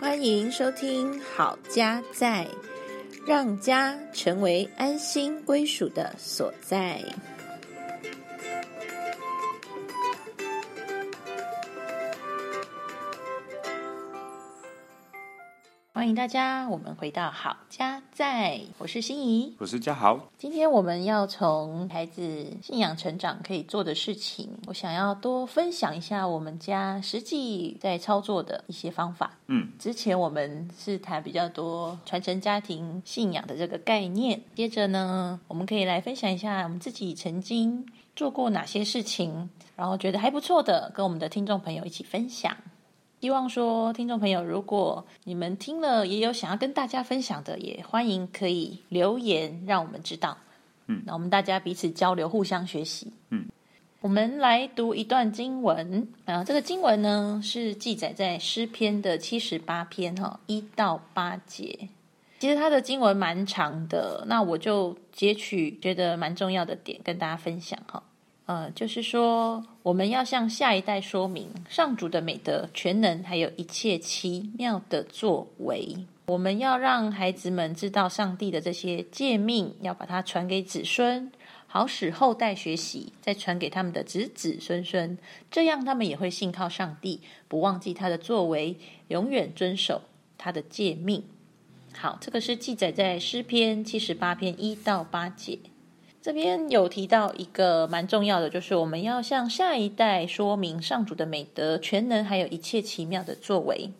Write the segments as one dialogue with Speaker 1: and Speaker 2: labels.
Speaker 1: 欢迎收听《好家在》，让家成为安心归属的所在。欢迎大家，我们回到《好家在》，我是心怡。
Speaker 2: 我是嘉豪。
Speaker 1: 今天我们要从孩子信仰成长可以做的事情，我想要多分享一下我们家实际在操作的一些方法。
Speaker 2: 嗯，
Speaker 1: 之前我们是谈比较多传承家庭信仰的这个概念，接着呢，我们可以来分享一下我们自己曾经做过哪些事情，然后觉得还不错的，跟我们的听众朋友一起分享。希望说，听众朋友，如果你们听了也有想要跟大家分享的，也欢迎可以留言让我们知道。
Speaker 2: 嗯，
Speaker 1: 那我们大家彼此交流，互相学习。
Speaker 2: 嗯，
Speaker 1: 我们来读一段经文啊，这个经文呢是记载在诗篇的七十八篇哈、一到八节。其实它的经文蛮长的，那我就截取觉得蛮重要的点跟大家分享哈、呃，就是说，我们要向下一代说明上主的美德、全能，还有一切奇妙的作为。我们要让孩子们知道上帝的这些诫命，要把它传给子孙，好使后代学习，再传给他们的子子孙孙，这样他们也会信靠上帝，不忘记他的作为，永远遵守他的诫命。好，这个是记载在诗篇七十八篇一到八节。这边有提到一个蛮重要的，就是我们要向下一代说明上主的美德、全能，还有一切奇妙的作为。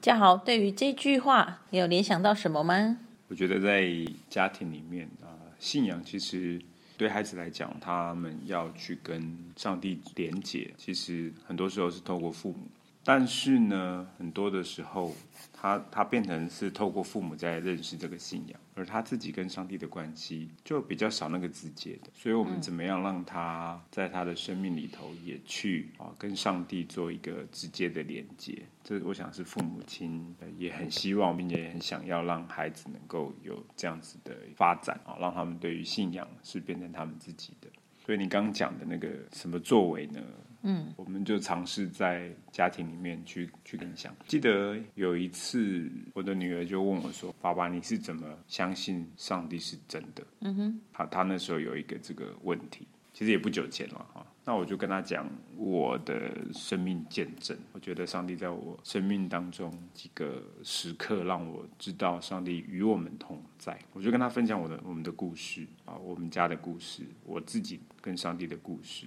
Speaker 1: 嘉豪，对于这句话，你有联想到什么吗？
Speaker 2: 我觉得在家庭里面啊、呃信仰其实对孩子来讲，他们要去跟上帝连结，其实很多时候是透过父母。但是呢，很多的时候，他他变成是透过父母在认识这个信仰，而他自己跟上帝的关系就比较少那个直接的。所以，我们怎么样让他在他的生命里头也去啊、跟上帝做一个直接的连接？这我想是父母亲呃也很希望，并且也很想要让孩子能够有这样子的发展啊、让他们对于信仰是变成他们自己的。所以你刚刚讲的那个什么作为呢？
Speaker 1: 嗯
Speaker 2: 我们就尝试在家庭里面去去影响。记得有一次，我的女儿就问我说：“爸爸，你是怎么相信上帝是真的？”嗯哼，她她那时候有一个这个问题，其实也不久前了哈。那我就跟她讲我的生命见证，我觉得上帝在我生命当中几个时刻让我知道上帝与我们同在。我就跟她分享我的我们的故事啊，我们家的故事，我自己跟上帝的故事。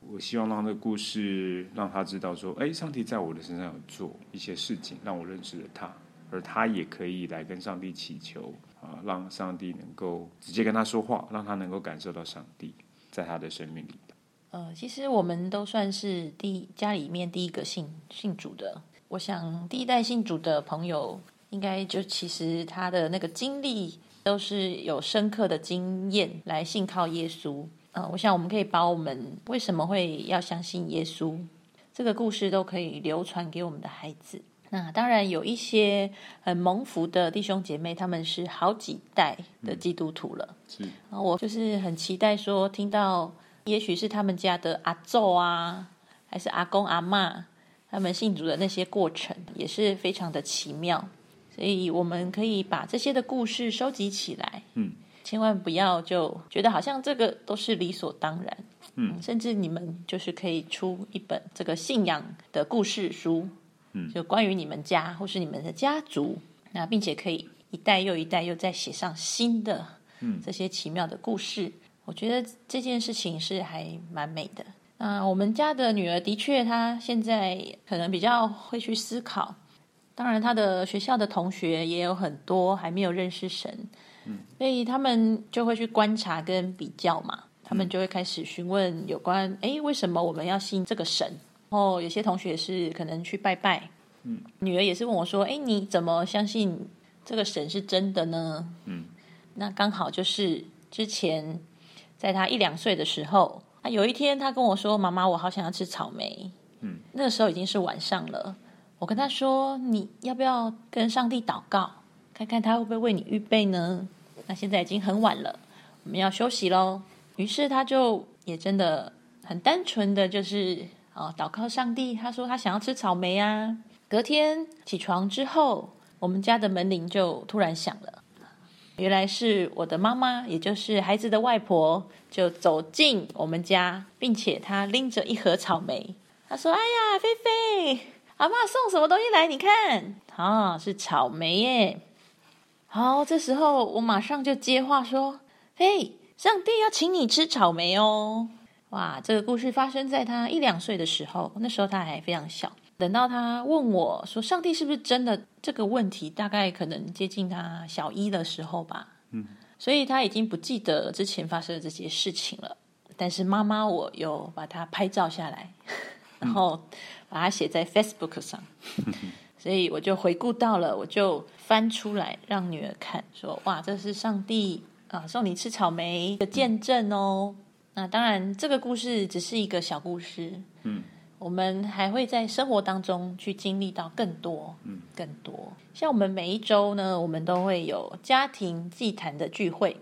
Speaker 2: 我希望让这个故事让他知道说，哎，上帝在我的身上有做一些事情，让我认识了他，而他也可以来跟上帝祈求啊，让上帝能够直接跟他说话，让他能够感受到上帝在他的生命里。
Speaker 1: 呃，其实我们都算是第家里面第一个信信主的。我想第一代信主的朋友，应该就其实他的那个经历都是有深刻的经验来信靠耶稣。呃，我想我们可以把我们为什么会要相信耶稣这个故事都可以流传给我们的孩子。那当然有一些很蒙福的弟兄姐妹，他们是好几代的基督徒了。
Speaker 2: 是
Speaker 1: 然后我就是很期待说，听到也许是他们家的阿昼啊，还是阿公阿嬷，他们信主的那些过程，也是非常的奇妙。所以我们可以把这些的故事收集起来，
Speaker 2: 嗯，
Speaker 1: 千万不要就觉得好像这个都是理所当然，嗯，甚至你们就是可以出一本这个信仰的故事书，嗯，就关于你们家或是你们的家族，那并且可以一代又一代又再写上新的这些奇妙的故事。我觉得这件事情是还蛮美的。那我们家的女儿的确，她现在可能比较会去思考。当然，她的学校的同学也有很多还没有认识神，所以他们就会去观察跟比较嘛。他们就会开始询问有关，诶，为什么我们要信这个神？然后有些同学是可能去拜拜，嗯，女儿也是问我说，诶，你怎么相信这个神是真的呢？那刚好就是之前在他一两岁的时候，啊，有一天他跟我说：“妈妈，我好想要吃草莓。”嗯，那个时候已经是晚上了。我跟他说：“你要不要跟上帝祷告，看看他会不会为你预备呢？”那现在已经很晚了，我们要休息喽。于是他就也真的很单纯的就是啊、哦祷告上帝，他说他想要吃草莓啊。隔天起床之后，我们家的门铃就突然响了。原来是我的妈妈，也就是孩子的外婆，就走进我们家，并且她拎着一盒草莓。她说：“哎呀，菲菲，阿妈送什么东西来？你看，啊、哦，是草莓耶！”好，这时候我马上就接话说：“嘿，上帝要请你吃草莓哦！”哇，这个故事发生在他一两岁的时候，那时候他还非常小。等到他问我说：“上帝是不是真的？”这个问题大概可能接近他小一的时候吧。嗯，所以他已经不记得之前发生的这些事情了。但是妈妈，我有把它拍照下来，然后把它写在 Facebook 上。所以我就回顾到了，我就翻出来让女儿看，说：“哇，这是上帝啊送你吃草莓的见证哦。”那当然，这个故事只是一个小故事。嗯。我们还会在生活当中去经历到更多，嗯，更多。像我们每一周呢，我们都会有家庭祭坛的聚会，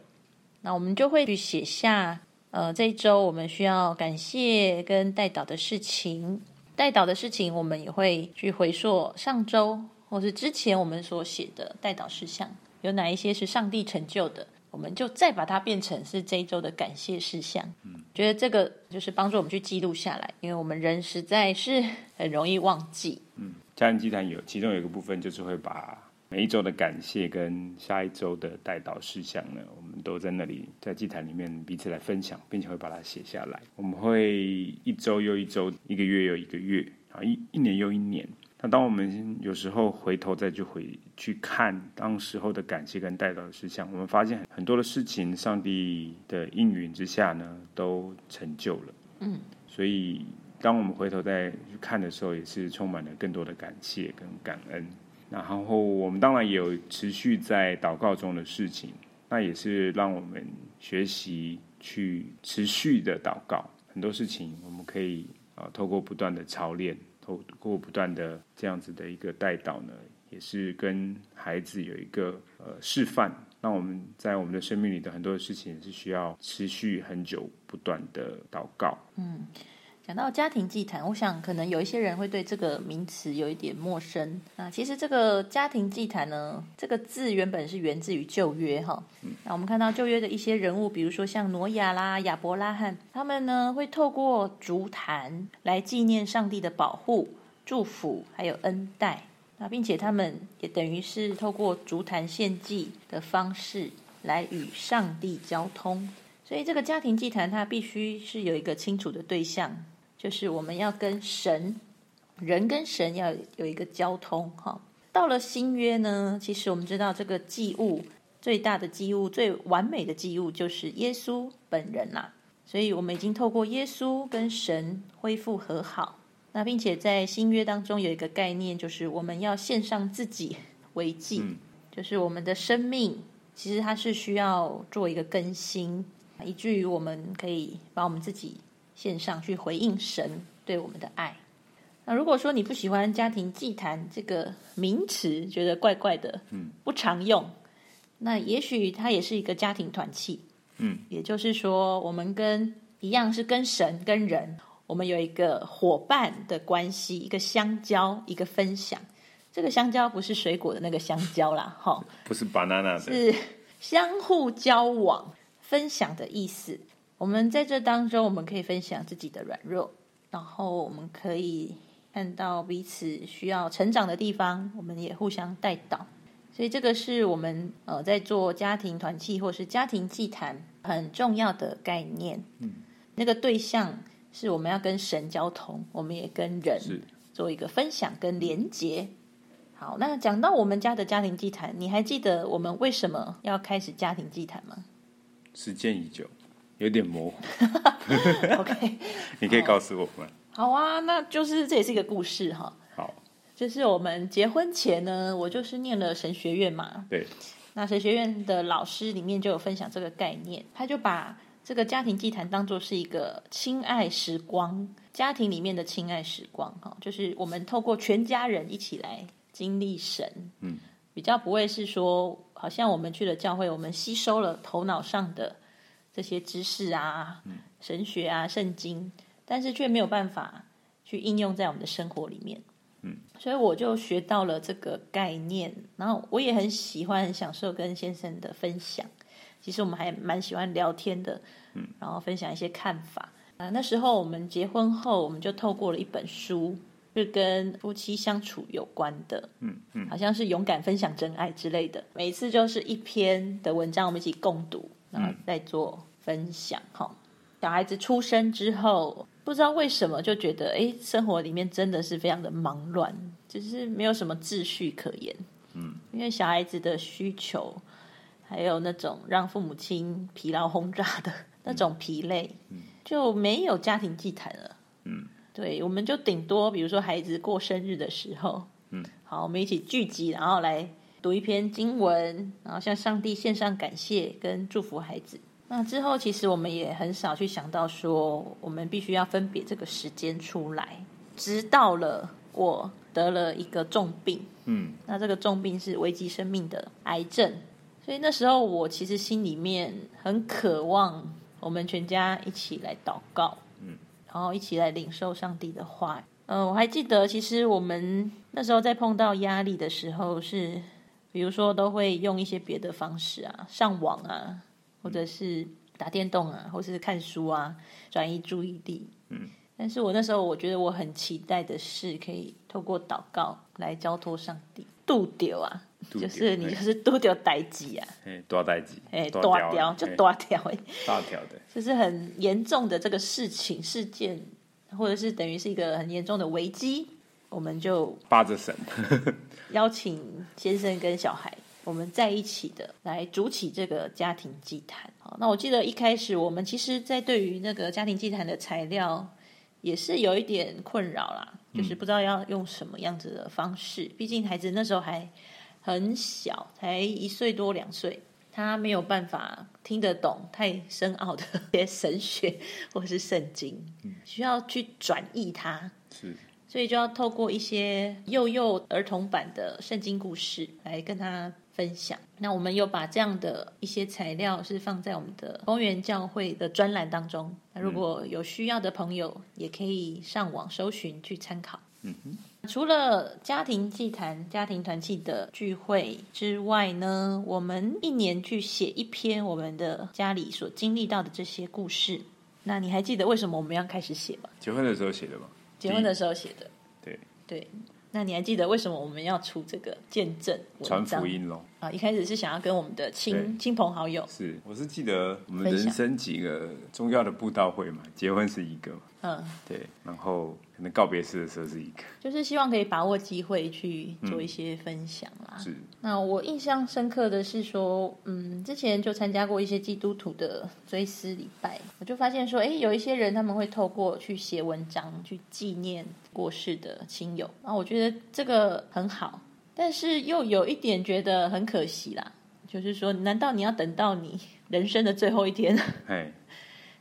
Speaker 1: 那我们就会去写下，呃，这一周我们需要感谢跟带导的事情，带导的事情，我们也会去回溯上周或是之前我们所写的带导事项，有哪一些是上帝成就的。我们就再把它变成是这一周的感谢事项，嗯，觉得这个就是帮助我们去记录下来，因为我们人实在是很容易忘记。
Speaker 2: 嗯，家人祭坛有其中有一个部分就是会把每一周的感谢跟下一周的带导事项呢，我们都在那里在祭坛里面彼此来分享，并且会把它写下来。我们会一周又一周，一个月又一个月，啊，一一年又一年。那当我们有时候回头再去回去看当时候的感谢跟带到的事项，我们发现很多的事情，上帝的应允之下呢，都成就了。嗯，所以当我们回头再去看的时候，也是充满了更多的感谢跟感恩。然后我们当然也有持续在祷告中的事情，那也是让我们学习去持续的祷告。很多事情我们可以啊、呃，透过不断的操练。透过不断的这样子的一个带导呢，也是跟孩子有一个呃示范，让我们在我们的生命里的很多事情是需要持续很久不断的祷告。
Speaker 1: 嗯，讲到家庭祭坛，我想可能有一些人会对这个名词有一点陌生。那其实这个家庭祭坛呢，这个字原本是源自于旧约哈。嗯、那我们看到旧约的一些人物，比如说像挪亚啦、亚伯拉罕，他们呢会透过竹坛来纪念上帝的保护。祝福还有恩待，那并且他们也等于是透过竹坛献祭的方式来与上帝交通，所以这个家庭祭坛它必须是有一个清楚的对象，就是我们要跟神，人跟神要有一个交通哈。到了新约呢，其实我们知道这个祭物最大的祭物、最完美的祭物就是耶稣本人啦、啊，所以我们已经透过耶稣跟神恢复和好。那并且在新约当中有一个概念，就是我们要献上自己为祭，嗯、就是我们的生命，其实它是需要做一个更新，以至于我们可以把我们自己献上去回应神对我们的爱。那如果说你不喜欢家庭祭坛这个名词，觉得怪怪的，嗯，不常用，那也许它也是一个家庭团契，嗯，也就是说，我们跟一样是跟神跟人。我们有一个伙伴的关系，一个相交，一个分享。这个香蕉不是水果的那个香蕉啦，哈、哦，
Speaker 2: 不是 banana 的，
Speaker 1: 是相互交往、分享的意思。我们在这当中，我们可以分享自己的软弱，然后我们可以看到彼此需要成长的地方，我们也互相带导。所以，这个是我们呃在做家庭团契或是家庭祭坛很重要的概念。嗯，那个对象。是我们要跟神交通，我们也跟人做一个分享跟连结。好，那讲到我们家的家庭祭坛，你还记得我们为什么要开始家庭祭坛吗？
Speaker 2: 时间已久，有点模糊。
Speaker 1: OK，
Speaker 2: 你可以告诉我们。
Speaker 1: 好啊，那就是这也是一个故事哈。
Speaker 2: 好，
Speaker 1: 就是我们结婚前呢，我就是念了神学院嘛。
Speaker 2: 对。
Speaker 1: 那神学院的老师里面就有分享这个概念，他就把。这个家庭祭坛当做是一个亲爱时光，家庭里面的亲爱时光，哈，就是我们透过全家人一起来经历神，嗯，比较不会是说，好像我们去了教会，我们吸收了头脑上的这些知识啊、嗯、神学啊、圣经，但是却没有办法去应用在我们的生活里面。嗯，所以我就学到了这个概念，然后我也很喜欢、很享受跟先生的分享。其实我们还蛮喜欢聊天的，嗯，然后分享一些看法啊。那时候我们结婚后，我们就透过了一本书，是跟夫妻相处有关的，嗯嗯，好像是勇敢分享真爱之类的。每次就是一篇的文章，我们一起共读，然后再做分享。哈、小孩子出生之后，不知道为什么就觉得，哎，生活里面真的是非常的忙乱，就是没有什么秩序可言，嗯，因为小孩子的需求。还有那种让父母亲疲劳轰炸的那种疲累，就没有家庭祭坛了。嗯，对，我们就顶多比如说孩子过生日的时候，嗯，好，我们一起聚集，然后来读一篇经文，然后向上帝献上感谢跟祝福孩子。那之后，其实我们也很少去想到说，我们必须要分别这个时间出来，直到了我得了一个重病，嗯，那这个重病是危及生命的癌症。所以那时候我其实心里面很渴望我们全家一起来祷告，嗯，然后一起来领受上帝的话。嗯、我还记得，其实我们那时候在碰到压力的时候是，比如说都会用一些别的方式啊，上网啊，或者是打电动啊，或者是看书啊，转移注意力。嗯，但是我那时候我觉得我很期待的是，可以透过祷告来交托上帝，度丢啊，
Speaker 2: 度
Speaker 1: 就
Speaker 2: 丢
Speaker 1: 是你
Speaker 2: 嘿
Speaker 1: 就是度丢代际啊，
Speaker 2: 哎，多代机，
Speaker 1: 哎，
Speaker 2: 大
Speaker 1: 大条
Speaker 2: 条
Speaker 1: 就
Speaker 2: 嘿
Speaker 1: 大条哎，
Speaker 2: 大条的，
Speaker 1: 就是很严重的这个事情事件，或者是等于是一个很严重的危机，我们就
Speaker 2: 扒着绳，
Speaker 1: 邀请先生跟小孩，我们在一起的来主起这个家庭祭坛。好，那我记得一开始我们其实，在对于那个家庭祭坛的材料也是有一点困扰啦，就是不知道要用什么样子的方式。毕竟孩子那时候还很小，才一岁多两岁。他没有办法听得懂太深奥的一些神学或是圣经，需要去转译它，
Speaker 2: 是
Speaker 1: 所以就要透过一些幼幼儿童版的圣经故事来跟他分享。那我们有把这样的一些材料是放在我们的公园教会的专栏当中，那如果有需要的朋友，也可以上网搜寻去参考。除了家庭祭坛、家庭团契的聚会之外呢，我们一年去写一篇我们的家里所经历到的这些故事。那你还记得为什么我们要开始写吗？
Speaker 2: 结婚的时候写的吧？
Speaker 1: 结婚的时候写的。
Speaker 2: 对
Speaker 1: 对，那你还记得为什么我们要出这个见证文
Speaker 2: 传
Speaker 1: 章
Speaker 2: 福音喽。
Speaker 1: 啊？一开始是想要跟我们的亲
Speaker 2: 对
Speaker 1: 亲朋好友，
Speaker 2: 是，我是记得我们
Speaker 1: 分享
Speaker 2: 人生几个重要的布道会嘛，结婚是一个嘛，
Speaker 1: 嗯，
Speaker 2: 对，然后可能告别式的时候是一个，
Speaker 1: 就是希望可以把握机会去
Speaker 2: 嗯
Speaker 1: 做一些分享啦。
Speaker 2: 是
Speaker 1: 那我印象深刻的是说，嗯，之前就参加过一些基督徒的追思礼拜，我就发现说，诶，有一些人他们会透过去写文章去纪念过世的亲友，然后我觉得这个很好，但是又有一点觉得很可惜啦，就是说，难道你要等到你人生的最后一天，
Speaker 2: 哎，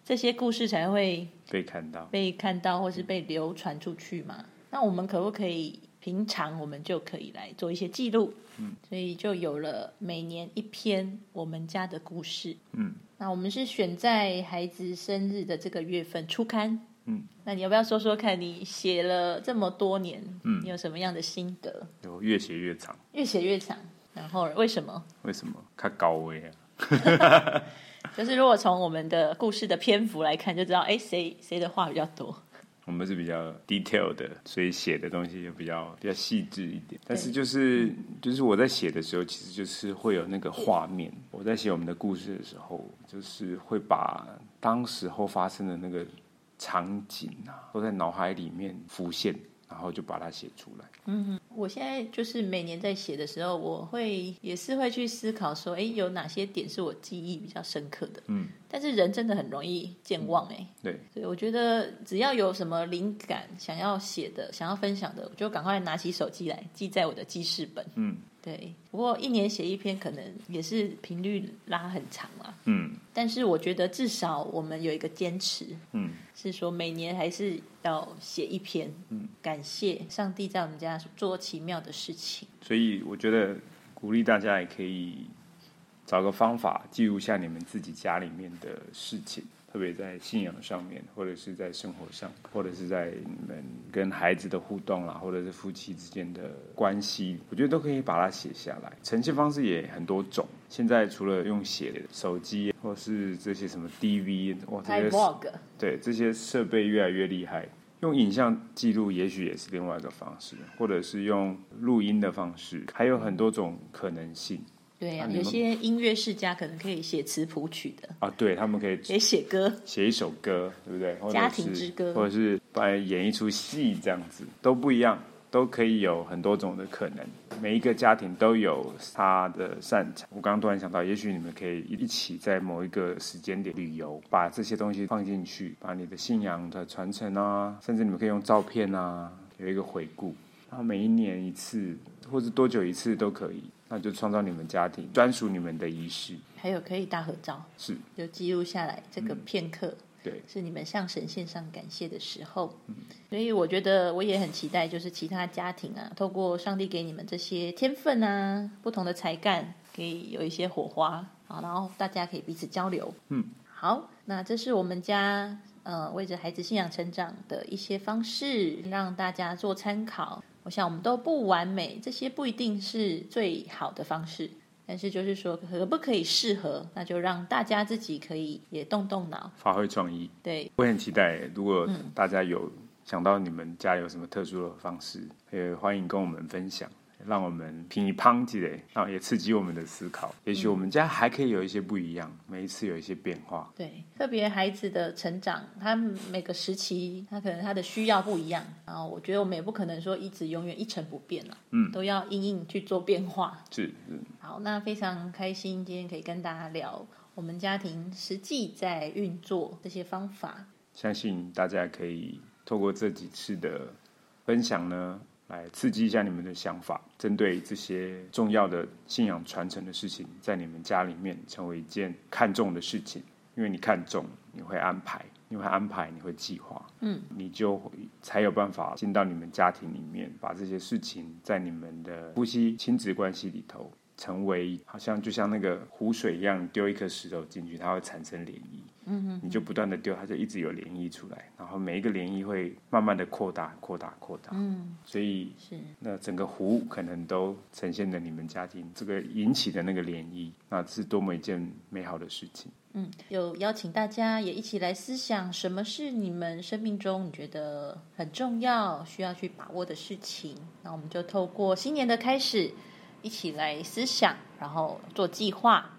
Speaker 1: 这些故事才会
Speaker 2: 被看到，
Speaker 1: 被看到或是被流传出去嘛？那我们可不可以平常我们就可以来做一些记录？嗯，所以就有了每年一篇我们家的故事。
Speaker 2: 嗯，
Speaker 1: 那我们是选在孩子生日的这个月份出刊。嗯，那你要不要说说看你写了这么多年，嗯，你有什么样的心得？
Speaker 2: 我越写越长，
Speaker 1: 越写越长，然后为什么？
Speaker 2: 为什么？看高危啊，
Speaker 1: 就是如果从我们的故事的篇幅来看，就知道哎，谁谁的话比较多。
Speaker 2: 我们是比较 detail 的，所以写的东西也比较比较细致一点。但是就是就是我在写的时候，其实就是会有那个画面。我在写我们的故事的时候，就是会把当时候发生的那个场景啊，都在脑海里面浮现，然后就把它写出来。
Speaker 1: 我现在就是每年在写的时候，我会也是会去思考说，哎，有哪些点是我记忆比较深刻的？嗯，但是人真的很容易健忘、诶，哎，
Speaker 2: 对，
Speaker 1: 所以我觉得只要有什么灵感想要写的、想要分享的，我就赶快拿起手机来记在我的记事本。
Speaker 2: 嗯
Speaker 1: 对，不过一年写一篇，可能也是频率拉很长啦。
Speaker 2: 嗯
Speaker 1: 但是我觉得至少我们有一个坚持，
Speaker 2: 嗯，
Speaker 1: 是说每年还是要写一篇，嗯，感谢上帝在我们家做奇妙的事情。
Speaker 2: 所以我觉得鼓励大家也可以找个方法记录下你们自己家里面的事情，特别在信仰上面，或者是在生活上，或者是在你们跟孩子的互动啦，啊或者是夫妻之间的关系，我觉得都可以把它写下来。呈现方式也很多种，现在除了用写的手机或是这些什么 DV，哇，哦这
Speaker 1: 拍
Speaker 2: 些
Speaker 1: vlog，
Speaker 2: 对，这些设备越来越厉害，用影像记录也许也是另外一个方式，或者是用录音的方式，还有很多种可能性
Speaker 1: 对呀、
Speaker 2: 啊你
Speaker 1: 有
Speaker 2: 们
Speaker 1: 些音乐世家可能可以写词谱曲的，
Speaker 2: 啊。对他们可以
Speaker 1: 可以写歌，
Speaker 2: 写一首歌，对不对？或者是
Speaker 1: 家庭之歌
Speaker 2: 或者是来演一出戏，这样子都不一样，都可以有很多种的可能。每一个家庭都有他的擅长。我刚刚突然想到，也许你们可以一起在某一个时间点旅游，把这些东西放进去，把你的信仰的传承啊，甚至你们可以用照片啊，有一个回顾。然后每一年一次，或者多久一次都可以，那就创造你们家庭专属你们的仪式。
Speaker 1: 还有可以大合照，
Speaker 2: 是
Speaker 1: 就记录下来这个片刻。
Speaker 2: 嗯对，嗯
Speaker 1: 是你们向神献上感谢的时候。所以我觉得我也很期待，就是其他家庭啊，透过上帝给你们这些天分啊、不同的才干，可以有一些火花好，然后大家可以彼此交流。
Speaker 2: 嗯，
Speaker 1: 好，那这是我们家呃为着孩子信仰成长的一些方式，让大家做参考。我想我们都不完美，这些不一定是最好的方式。但是就是说，可不可以适合，那就让大家自己可以也动动脑，
Speaker 2: 发挥创意。
Speaker 1: 对，
Speaker 2: 我也很期待，如果大家有想到你们家有什么特殊的方式，也欢迎跟我们分享，让我们评一乓积累，然后也刺激我们的思考。也许我们家还可以有一些不一样，每一次有一些变化。
Speaker 1: 对，特别孩子的成长，他每个时期，他可能他的需要不一样然后我觉得我们也不可能说一直永远一成不变了，嗯，都要因应去做变化。
Speaker 2: 是，
Speaker 1: 好，那非常开心今天可以跟大家聊我们家庭实际在运作这些方法。
Speaker 2: 相信大家可以透过这几次的分享呢，来刺激一下你们的想法，针对这些重要的信仰传承的事情，在你们家里面成为一件看重的事情，因为你看重，你会安排，你会安排，你会计划，
Speaker 1: 嗯，
Speaker 2: 你就会才有办法进到你们家庭里面，把这些事情在你们的夫妻亲子关系里头。成为好像就像那个湖水一样，丢一颗石头进去，它会产生涟漪。你就不断的丢，它就一直有涟漪出来，然后每一个涟漪会慢慢的扩大、扩大、扩大，
Speaker 1: 嗯，
Speaker 2: 所以
Speaker 1: 是
Speaker 2: 那整个湖可能都呈现了你们家庭这个引起的那个涟漪，那是多么一件美好的事情。
Speaker 1: 嗯，有邀请大家也一起来思想，什么是你们生命中你觉得很重要、需要去把握的事情？那我们就透过新年的开始，一起来思想，然后做计划。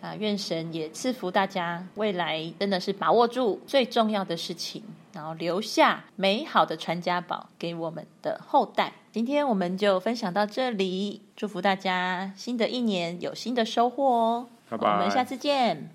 Speaker 1: 啊，愿神也赐福大家，未来真的是把握住最重要的事情，然后留下美好的传家宝给我们的后代。今天我们就分享到这里，祝福大家新的一年有新的收获哦！
Speaker 2: 拜拜
Speaker 1: 我们下次见，